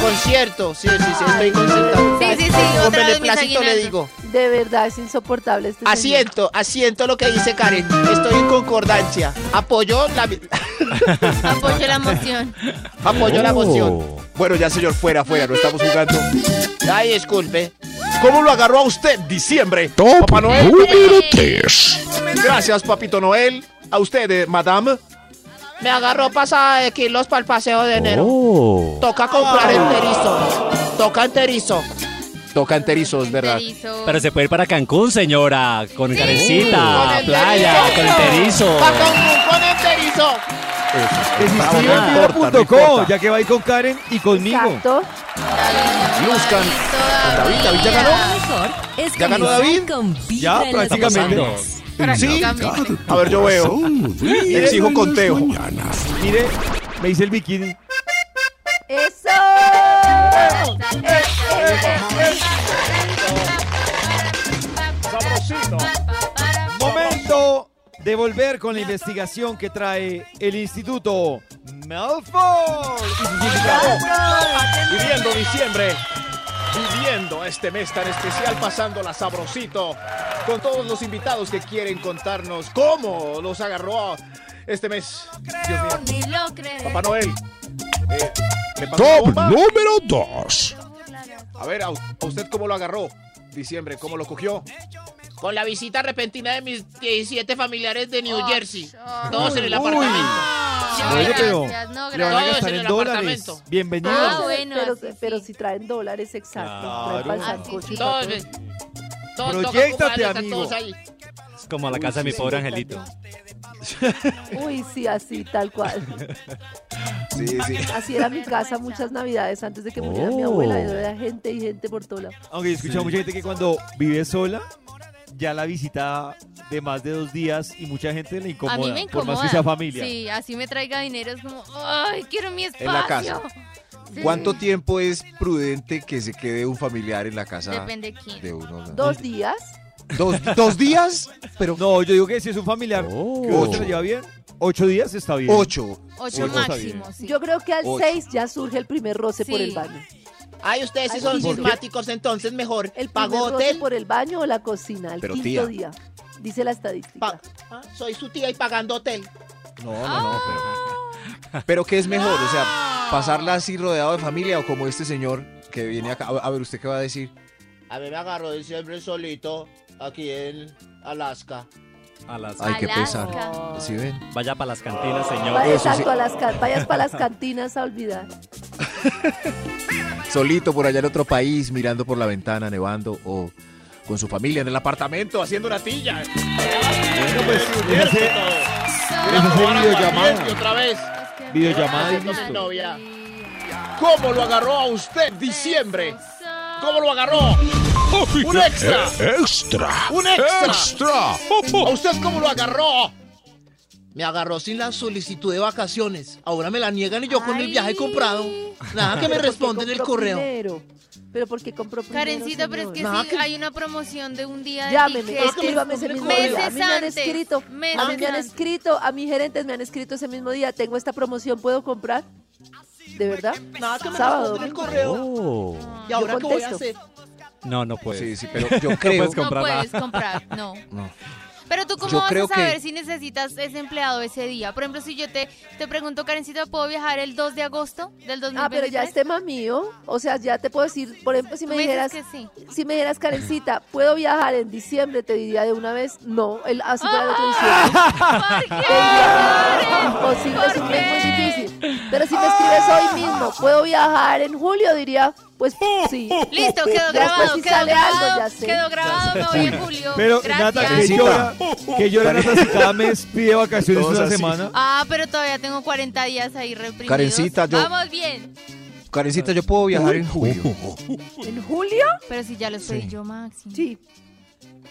[SPEAKER 8] Por concierto. Sí, sí, sí, estoy concentrado.
[SPEAKER 3] Sí, sí, sí,
[SPEAKER 8] Con
[SPEAKER 3] otra vez mis
[SPEAKER 8] beneplácito le
[SPEAKER 3] aguinaldos.
[SPEAKER 8] digo.
[SPEAKER 6] De verdad, es insoportable este señor.
[SPEAKER 8] Asiento, asiento lo que dice Karen. Estoy en concordancia. Apoyo la,
[SPEAKER 3] Apoyo la moción.
[SPEAKER 8] apoyo la moción.
[SPEAKER 2] Oh.
[SPEAKER 4] Bueno, ya señor, fuera, fuera, no estamos jugando.
[SPEAKER 8] Ay, disculpe.
[SPEAKER 4] ¿Cómo lo agarró a usted diciembre?
[SPEAKER 10] Top
[SPEAKER 4] Papá Noel.
[SPEAKER 10] número 3.
[SPEAKER 4] Gracias, papito Noel. A usted, eh, madame.
[SPEAKER 8] Me agarró pasada de kilos para el paseo de enero. Toca comprar enterizo. Toca enterizo.
[SPEAKER 4] Toca enterizo, es verdad.
[SPEAKER 3] Enterizo.
[SPEAKER 7] Pero se puede ir para Cancún, señora. Con carecita,
[SPEAKER 8] Con
[SPEAKER 7] playa,
[SPEAKER 8] enterizo.
[SPEAKER 7] con enterizo.
[SPEAKER 8] Pa' Cancún con enterizo.
[SPEAKER 2] Escribanvida.co, ya que va a ir con Karen y conmigo.
[SPEAKER 6] Exacto.
[SPEAKER 4] Luzcan.
[SPEAKER 3] David,
[SPEAKER 4] David, ya ganó.
[SPEAKER 1] Mejor es
[SPEAKER 4] ¿Ya ganó
[SPEAKER 1] comenzar
[SPEAKER 4] David?
[SPEAKER 1] con
[SPEAKER 2] Ya,
[SPEAKER 1] Vibra en las
[SPEAKER 2] prácticamente.
[SPEAKER 1] mañanas.
[SPEAKER 4] Sí.
[SPEAKER 3] Prácticamente.
[SPEAKER 4] A ver, yo veo. Exijo conteo.
[SPEAKER 2] Mire, me hice el bikini.
[SPEAKER 6] ¡Eso!
[SPEAKER 2] Momento de volver con la investigación que trae el Instituto Melford. Y su significado.
[SPEAKER 4] Viviendo diciembre. Viviendo este mes tan especial, pasándola sabrosito. Con todos los invitados que quieren contarnos cómo los agarró este mes. Dios mío.
[SPEAKER 3] Ni lo crees.
[SPEAKER 4] Papá Noel. eh, ¿le pasó
[SPEAKER 10] Top
[SPEAKER 4] bomba?
[SPEAKER 10] número 2.
[SPEAKER 4] A ver, a u- a usted cómo lo agarró. Diciembre, ¿cómo lo cogió?
[SPEAKER 8] Con la visita repentina de mis 17 familiares de New
[SPEAKER 3] Oh,
[SPEAKER 8] Jersey.
[SPEAKER 3] shock.
[SPEAKER 8] Todos en el apartamento.
[SPEAKER 3] No,
[SPEAKER 2] Bueno, pero
[SPEAKER 3] gracias,
[SPEAKER 2] le van
[SPEAKER 3] no,
[SPEAKER 2] a
[SPEAKER 8] Todos
[SPEAKER 3] gracias.
[SPEAKER 2] gastar
[SPEAKER 8] en
[SPEAKER 2] en
[SPEAKER 8] el
[SPEAKER 2] dólares.
[SPEAKER 8] apartamento.
[SPEAKER 2] Bienvenidos.
[SPEAKER 3] Ah, bueno,
[SPEAKER 6] pero,
[SPEAKER 3] así
[SPEAKER 6] pero
[SPEAKER 3] sí.
[SPEAKER 6] si traen dólares, exacto.
[SPEAKER 2] Claro.
[SPEAKER 6] Traen pa'l
[SPEAKER 3] Ah, sí,
[SPEAKER 6] sancocho
[SPEAKER 3] sí.
[SPEAKER 6] y pa'
[SPEAKER 8] Todos,
[SPEAKER 6] todo.
[SPEAKER 8] todos
[SPEAKER 2] Proyéctate,
[SPEAKER 8] tocan compadre, están
[SPEAKER 2] amigo.
[SPEAKER 8] todos ahí.
[SPEAKER 7] Es como la casa de mi pobre angelito.
[SPEAKER 6] Uy, sí, así, tal cual.
[SPEAKER 4] Sí, sí.
[SPEAKER 6] Así era mi casa muchas navidades antes de que muriera mi
[SPEAKER 5] Oh.
[SPEAKER 6] abuela. Yo era gente y gente por todo lado.
[SPEAKER 2] Aunque he escuchado mucha gente que cuando vive sola, ya la visita de más de dos días y mucha gente le incomoda.
[SPEAKER 3] A mí me
[SPEAKER 2] Por
[SPEAKER 3] incomoda.
[SPEAKER 2] más que sea familia.
[SPEAKER 3] Sí, así me traiga dinero. Es como, ay, quiero mi espacio.
[SPEAKER 5] la casa.
[SPEAKER 3] Sí.
[SPEAKER 5] ¿Cuánto tiempo es prudente que se quede un familiar en la casa
[SPEAKER 3] Depende de quién.
[SPEAKER 5] de uno?
[SPEAKER 6] Dos días.
[SPEAKER 5] ¿Dos, dos días? Pero
[SPEAKER 2] No, yo digo que si es un familiar
[SPEAKER 7] Oh.
[SPEAKER 2] que
[SPEAKER 5] Ocho.
[SPEAKER 2] ocho lo lleva bien, ocho días está bien.
[SPEAKER 5] ocho.
[SPEAKER 3] Ocho
[SPEAKER 2] Ocho está
[SPEAKER 3] máximo. sí.
[SPEAKER 6] Yo creo que al
[SPEAKER 5] Ocho.
[SPEAKER 6] seis ya surge el primer roce por
[SPEAKER 3] Sí.
[SPEAKER 6] el baño.
[SPEAKER 8] Ay, ustedes sí
[SPEAKER 6] Ay,
[SPEAKER 8] son
[SPEAKER 6] ¿por qué?
[SPEAKER 8] sismáticos, entonces mejor.
[SPEAKER 6] El primer
[SPEAKER 8] Pagó
[SPEAKER 6] roce
[SPEAKER 8] hotel.
[SPEAKER 6] por el baño o la cocina, el
[SPEAKER 5] Pero,
[SPEAKER 6] quinto
[SPEAKER 5] tía.
[SPEAKER 6] día. Dice la estadística.
[SPEAKER 8] pa- ah, soy su tía y pagando hotel.
[SPEAKER 5] No, no, no. Pero, pero ¿qué es mejor? O sea, pasarla así rodeado de familia o como este señor que viene acá. A a ver, ¿usted qué va a decir?
[SPEAKER 8] A mí me agarró diciembre solito aquí en Alaska.
[SPEAKER 7] A las-
[SPEAKER 5] Ay, qué
[SPEAKER 3] Alaska.
[SPEAKER 5] pesar. ¿Sí ven?
[SPEAKER 7] Vaya para las cantinas,
[SPEAKER 6] Va-
[SPEAKER 7] señor.
[SPEAKER 5] Eso
[SPEAKER 6] Exacto,
[SPEAKER 5] sí.
[SPEAKER 6] a las can- vayas para las cantinas a olvidar.
[SPEAKER 5] Solito por allá en otro país, mirando por la ventana, nevando o con su familia en el apartamento, haciendo una tilla.
[SPEAKER 2] Bueno, pues les hace
[SPEAKER 3] Solo
[SPEAKER 2] hace
[SPEAKER 8] Ahora
[SPEAKER 2] videollamada.
[SPEAKER 8] Valencia otra vez.
[SPEAKER 3] es que-
[SPEAKER 2] videollamada y
[SPEAKER 3] Ay,
[SPEAKER 8] listo.
[SPEAKER 3] novia.
[SPEAKER 4] ¿Cómo lo agarró a usted diciembre? ¿Cómo lo agarró? Un extra.
[SPEAKER 10] Extra.
[SPEAKER 4] Un extra.
[SPEAKER 10] Extra.
[SPEAKER 4] ¿A usted cómo lo agarró?
[SPEAKER 8] Me agarró sin la solicitud de vacaciones. Ahora me la niegan y yo con el
[SPEAKER 3] Ay.
[SPEAKER 8] viaje comprado. Nada que
[SPEAKER 6] Pero
[SPEAKER 8] me
[SPEAKER 6] ¿por qué
[SPEAKER 8] responda en el
[SPEAKER 6] compró
[SPEAKER 8] correo.
[SPEAKER 6] primero? Pero porque compró primero.
[SPEAKER 3] Karencita, pero es que
[SPEAKER 6] señor?
[SPEAKER 8] Nada
[SPEAKER 3] sí,
[SPEAKER 8] que-
[SPEAKER 3] hay una promoción de un día de
[SPEAKER 6] Llámeme,
[SPEAKER 3] tiquetes.
[SPEAKER 6] escríbame ese mismo
[SPEAKER 3] Meses
[SPEAKER 6] día. A mí me han
[SPEAKER 3] antes,
[SPEAKER 6] escrito, a mí
[SPEAKER 3] meses
[SPEAKER 6] me han
[SPEAKER 3] antes.
[SPEAKER 6] escrito, a mis gerentes me han escrito ese mismo día. Tengo esta promoción, ¿puedo comprar? ¿De verdad?
[SPEAKER 8] Nada que me
[SPEAKER 6] Sábado,
[SPEAKER 8] responda en el
[SPEAKER 6] domingo.
[SPEAKER 8] correo.
[SPEAKER 7] Oh.
[SPEAKER 8] ¿Y ahora qué voy a
[SPEAKER 6] contesto.
[SPEAKER 8] hacer?
[SPEAKER 7] No, no puedes.
[SPEAKER 5] Sí, sí, pero yo creo.
[SPEAKER 4] pues
[SPEAKER 7] puedes comprar
[SPEAKER 3] no
[SPEAKER 7] nada.
[SPEAKER 3] puedes comprar, no.
[SPEAKER 5] No.
[SPEAKER 3] Pero tú cómo
[SPEAKER 5] Yo
[SPEAKER 3] vas
[SPEAKER 5] creo
[SPEAKER 3] a
[SPEAKER 5] que-
[SPEAKER 3] saber si necesitas ese empleado ese día. Por ejemplo, si yo te, te pregunto, Karencita, ¿puedo viajar el 2 de agosto del 2023?
[SPEAKER 6] Ah, pero ya es tema mío. O sea, ya te puedo decir, por ejemplo, si
[SPEAKER 3] Tú
[SPEAKER 6] me
[SPEAKER 3] me dices
[SPEAKER 6] dijeras,
[SPEAKER 3] que sí.
[SPEAKER 6] si me dijeras, Karencita, ¿puedo viajar en diciembre? Te diría de una vez, no, el, así para el otro diciembre.
[SPEAKER 3] ¿Por qué?
[SPEAKER 6] Imposible, es
[SPEAKER 3] ¿Por
[SPEAKER 6] un
[SPEAKER 3] qué?
[SPEAKER 6] mes muy difícil. Pero si me escribes hoy mismo, ¿puedo viajar en julio? Diría, pues sí.
[SPEAKER 3] Listo, quedó
[SPEAKER 6] Después
[SPEAKER 3] grabado,
[SPEAKER 6] si
[SPEAKER 3] quedó
[SPEAKER 6] sale algo,
[SPEAKER 3] grabado,
[SPEAKER 6] ya sé.
[SPEAKER 3] quedó grabado, me voy en julio.
[SPEAKER 2] Pero
[SPEAKER 3] Gracias.
[SPEAKER 2] Nata, que llora, que llora Nata si cada mes pide vacaciones
[SPEAKER 5] Todos
[SPEAKER 2] una
[SPEAKER 5] así.
[SPEAKER 2] semana.
[SPEAKER 3] Ah, pero todavía tengo 40 días ahí reprimidos.
[SPEAKER 5] Karencita, yo-
[SPEAKER 3] Vamos bien.
[SPEAKER 5] Karencita, yo puedo viajar en julio.
[SPEAKER 6] ¿En julio?
[SPEAKER 3] Pero si ya lo soy yo, Maxi.
[SPEAKER 6] Sí.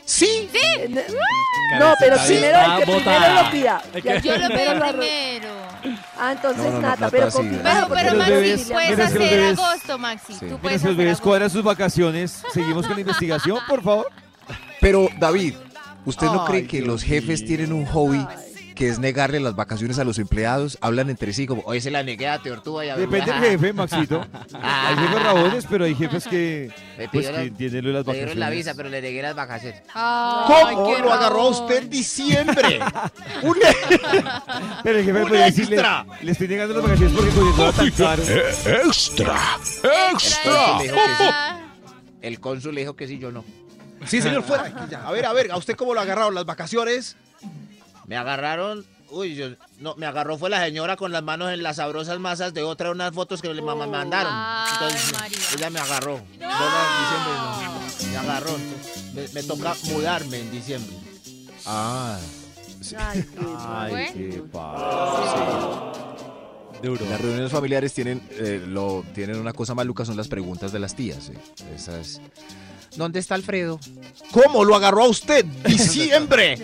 [SPEAKER 5] Sí.
[SPEAKER 6] En- No, pero
[SPEAKER 7] Karencita,
[SPEAKER 6] primero el que
[SPEAKER 7] bota.
[SPEAKER 6] primero lo pida.
[SPEAKER 7] El
[SPEAKER 6] Ya
[SPEAKER 7] que-
[SPEAKER 3] Yo lo
[SPEAKER 6] primero
[SPEAKER 3] pido
[SPEAKER 6] arro-
[SPEAKER 3] primero.
[SPEAKER 6] Ah, entonces
[SPEAKER 5] No, no, no,
[SPEAKER 6] nada,
[SPEAKER 5] plata
[SPEAKER 6] pero
[SPEAKER 5] sí.
[SPEAKER 3] Pero,
[SPEAKER 6] confirmado.
[SPEAKER 5] porque
[SPEAKER 3] pero
[SPEAKER 2] los
[SPEAKER 3] Maxi,
[SPEAKER 2] bebés-
[SPEAKER 3] puedes
[SPEAKER 2] mientras que los
[SPEAKER 3] hacer
[SPEAKER 2] bebés-
[SPEAKER 3] agosto, Maxi. Tú
[SPEAKER 5] Sí. Mientras
[SPEAKER 3] puedes
[SPEAKER 2] Mientras los
[SPEAKER 3] hacer
[SPEAKER 2] bebés
[SPEAKER 3] agosto.
[SPEAKER 2] cuadran sus vacaciones, seguimos con la investigación, por favor.
[SPEAKER 5] Pero, David, ¿usted no cree
[SPEAKER 2] Ay,
[SPEAKER 5] que
[SPEAKER 2] Dios
[SPEAKER 5] los jefes
[SPEAKER 2] mío.
[SPEAKER 5] tienen un hobby que es negarle las vacaciones a los empleados, hablan entre sí como,
[SPEAKER 8] Hoy se la negué a Tortuga y a
[SPEAKER 2] Depende del jefe, Maxito. Hay jefes rabones, pero hay jefes que,
[SPEAKER 8] Me
[SPEAKER 2] pues,
[SPEAKER 8] pidieron-
[SPEAKER 2] que entienden lo de las
[SPEAKER 8] Me dieron la
[SPEAKER 2] vacaciones.
[SPEAKER 8] visa, pero le negué las vacaciones.
[SPEAKER 4] ¿Cómo lo agarró usted en diciembre? Un-
[SPEAKER 2] Pero el jefe
[SPEAKER 4] ¡Un
[SPEAKER 2] puede decirle,
[SPEAKER 4] extra!
[SPEAKER 2] le estoy negando las vacaciones porque pues, cogiendo a tan caro.
[SPEAKER 5] eh,
[SPEAKER 10] Extra.
[SPEAKER 8] Extra.
[SPEAKER 3] Ah,
[SPEAKER 8] El cónsul le dijo que sí, yo no.
[SPEAKER 4] Sí, señor, fuera. aquí ya. A ver, a ver, ¿a usted cómo lo agarraron las vacaciones?
[SPEAKER 8] Me agarraron. Uy, yo, no, me agarró fue la señora con las manos en las sabrosas masas de otra, unas fotos que le mamá mandaron.
[SPEAKER 3] Ay,
[SPEAKER 8] Entonces,
[SPEAKER 3] María.
[SPEAKER 8] ella me agarró. Yo no, en diciembre no, me agarró. Entonces, Me, me toca mudarme en diciembre.
[SPEAKER 5] ah,
[SPEAKER 6] Ay, qué
[SPEAKER 2] Ay,
[SPEAKER 3] Bueno.
[SPEAKER 2] qué pa.
[SPEAKER 7] Duro.
[SPEAKER 5] las reuniones familiares tienen, eh, lo, tienen una cosa maluca, son las preguntas de las tías. eh. Esas... ¿Dónde está Alfredo?
[SPEAKER 4] ¿Cómo lo agarró a usted diciembre?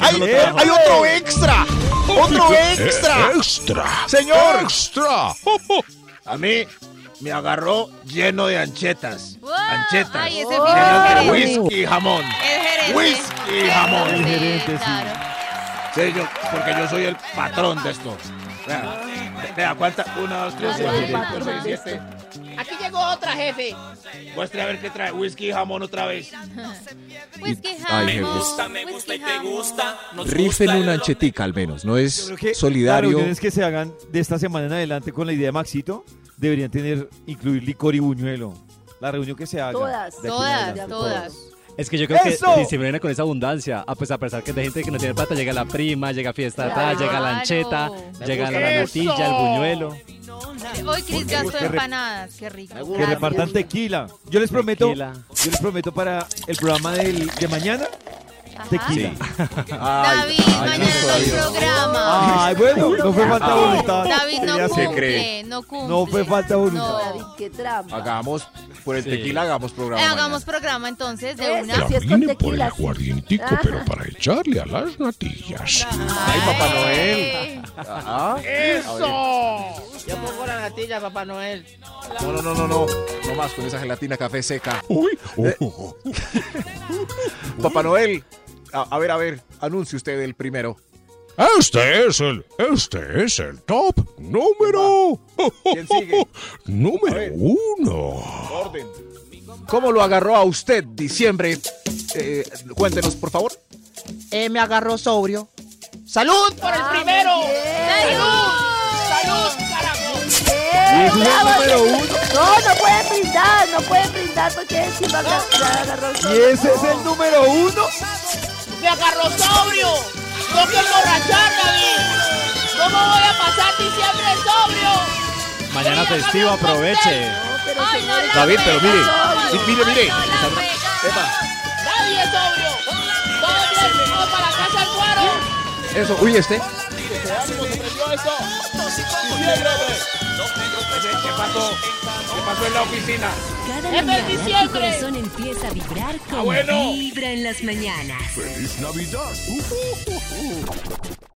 [SPEAKER 4] ¡Hay,
[SPEAKER 2] lo
[SPEAKER 4] eh,
[SPEAKER 2] trajo?
[SPEAKER 4] hay otro extra! ¡Otro extra!
[SPEAKER 10] eh, Extra.
[SPEAKER 4] ¡Señor!
[SPEAKER 10] Extra.
[SPEAKER 4] A mí me agarró lleno de anchetas.
[SPEAKER 3] Wow,
[SPEAKER 4] Anchetas.
[SPEAKER 3] ay, ese
[SPEAKER 6] Oh.
[SPEAKER 3] fijo es gerente.
[SPEAKER 4] Whisky y jamón.
[SPEAKER 3] Es gerente.
[SPEAKER 4] Whisky y jamón.
[SPEAKER 3] Sí,
[SPEAKER 2] Es gerente, sí.
[SPEAKER 3] claro.
[SPEAKER 4] Sí, yo- porque yo soy el patrón de esto. Vea, vea cuánta. Una, dos, tres, cuatro, cinco, seis, siete.
[SPEAKER 8] Aquí llegó otra, jefe.
[SPEAKER 4] Muestre a ver qué trae. Whisky y jamón otra vez.
[SPEAKER 3] Whisky
[SPEAKER 5] Ay,
[SPEAKER 3] jamón,
[SPEAKER 5] me gusta,
[SPEAKER 3] whisky jamón.
[SPEAKER 5] Rifen una anchetica al menos, no es
[SPEAKER 2] Creo que Las
[SPEAKER 5] solidario.
[SPEAKER 2] reuniones que se hagan de esta semana en adelante con la idea de Maxito deberían tener, incluir licor y buñuelo. La reunión que se haga.
[SPEAKER 6] Todas.
[SPEAKER 2] de aquí en
[SPEAKER 3] Todas,
[SPEAKER 2] adelante,
[SPEAKER 3] todas.
[SPEAKER 7] Es que yo creo
[SPEAKER 2] ¡Eso!
[SPEAKER 7] que diciembre viene con esa abundancia. Ah, pues a pesar que de gente que no tiene plata, llega la prima, llega fiesta atrás, llega la ancheta,
[SPEAKER 8] Me
[SPEAKER 7] llega
[SPEAKER 8] gusta
[SPEAKER 7] la
[SPEAKER 4] eso.
[SPEAKER 7] natilla, el buñuelo.
[SPEAKER 3] Hoy Cris gastó
[SPEAKER 2] gusta.
[SPEAKER 3] empanadas, qué rico.
[SPEAKER 8] Me
[SPEAKER 2] Que
[SPEAKER 8] gusta.
[SPEAKER 2] repartan tequila. Yo les prometo,
[SPEAKER 7] Tequila.
[SPEAKER 2] yo les prometo para el programa del, de mañana,
[SPEAKER 3] Ajá.
[SPEAKER 2] tequila.
[SPEAKER 3] David, mañana no hay programa.
[SPEAKER 2] Ay, bueno, no fue falta
[SPEAKER 7] Ah.
[SPEAKER 2] de voluntad.
[SPEAKER 3] David no
[SPEAKER 2] Ya sé.
[SPEAKER 3] cumple, no cumple.
[SPEAKER 2] No fue falta de voluntad.
[SPEAKER 6] David, qué trampa.
[SPEAKER 5] Hagamos, por el
[SPEAKER 7] Sí.
[SPEAKER 5] tequila hagamos programa.
[SPEAKER 3] Eh,
[SPEAKER 5] mañana.
[SPEAKER 3] hagamos programa entonces de
[SPEAKER 6] Eso.
[SPEAKER 3] una.
[SPEAKER 6] Si es con
[SPEAKER 10] Camine por el
[SPEAKER 6] tequila, sí.
[SPEAKER 10] aguardientico,
[SPEAKER 6] Ah.
[SPEAKER 10] pero para echarle a las natillas.
[SPEAKER 3] Ay, Papá Noel.
[SPEAKER 5] Ah,
[SPEAKER 8] Yo pongo la natilla, Papá Noel.
[SPEAKER 5] no, no, no, no, no. No más con esa gelatina café seca.
[SPEAKER 10] Uy, oh, oh, oh.
[SPEAKER 5] Papá Noel. A, a ver, a ver, anuncie usted el primero.
[SPEAKER 10] Este es el, este es el top número.
[SPEAKER 5] ¿Quién sigue?
[SPEAKER 10] Número uno.
[SPEAKER 5] Orden. ¿Cómo lo agarró a usted diciembre? Eh, cuéntenos, por favor.
[SPEAKER 8] Eh, me agarró sobrio. ¡Salud por el primero! ¡Salud!
[SPEAKER 6] ¡Eh, bravo! No, no pueden brindar, no pueden brindar porque si va a agarrar, agarrar
[SPEAKER 2] Y ese es el número uno.
[SPEAKER 8] ¡Me agarró sobrio! ¡No quiero borrachar, David! ¿Cómo voy a pasar diciembre sobrio?
[SPEAKER 7] Mañana festivo, aproveche.
[SPEAKER 3] Ay, no la
[SPEAKER 5] David, pero mire, sí, mire, mire.
[SPEAKER 3] No la pegamos.
[SPEAKER 8] ¡Nadie es sobrio! ¡Todo bien! ¡Vamos para la casa al cuaro!
[SPEAKER 5] Eso, uy, este.
[SPEAKER 4] ¿Qué pasó? ¿Qué pasó en la oficina?
[SPEAKER 1] Cada
[SPEAKER 8] ¡Es
[SPEAKER 1] mañana
[SPEAKER 8] el
[SPEAKER 1] tu
[SPEAKER 8] diciembre!
[SPEAKER 1] corazón empieza a vibrar con
[SPEAKER 4] bueno.
[SPEAKER 1] Vibra en las mañanas.
[SPEAKER 10] Feliz Navidad. Uh, uh, uh, uh.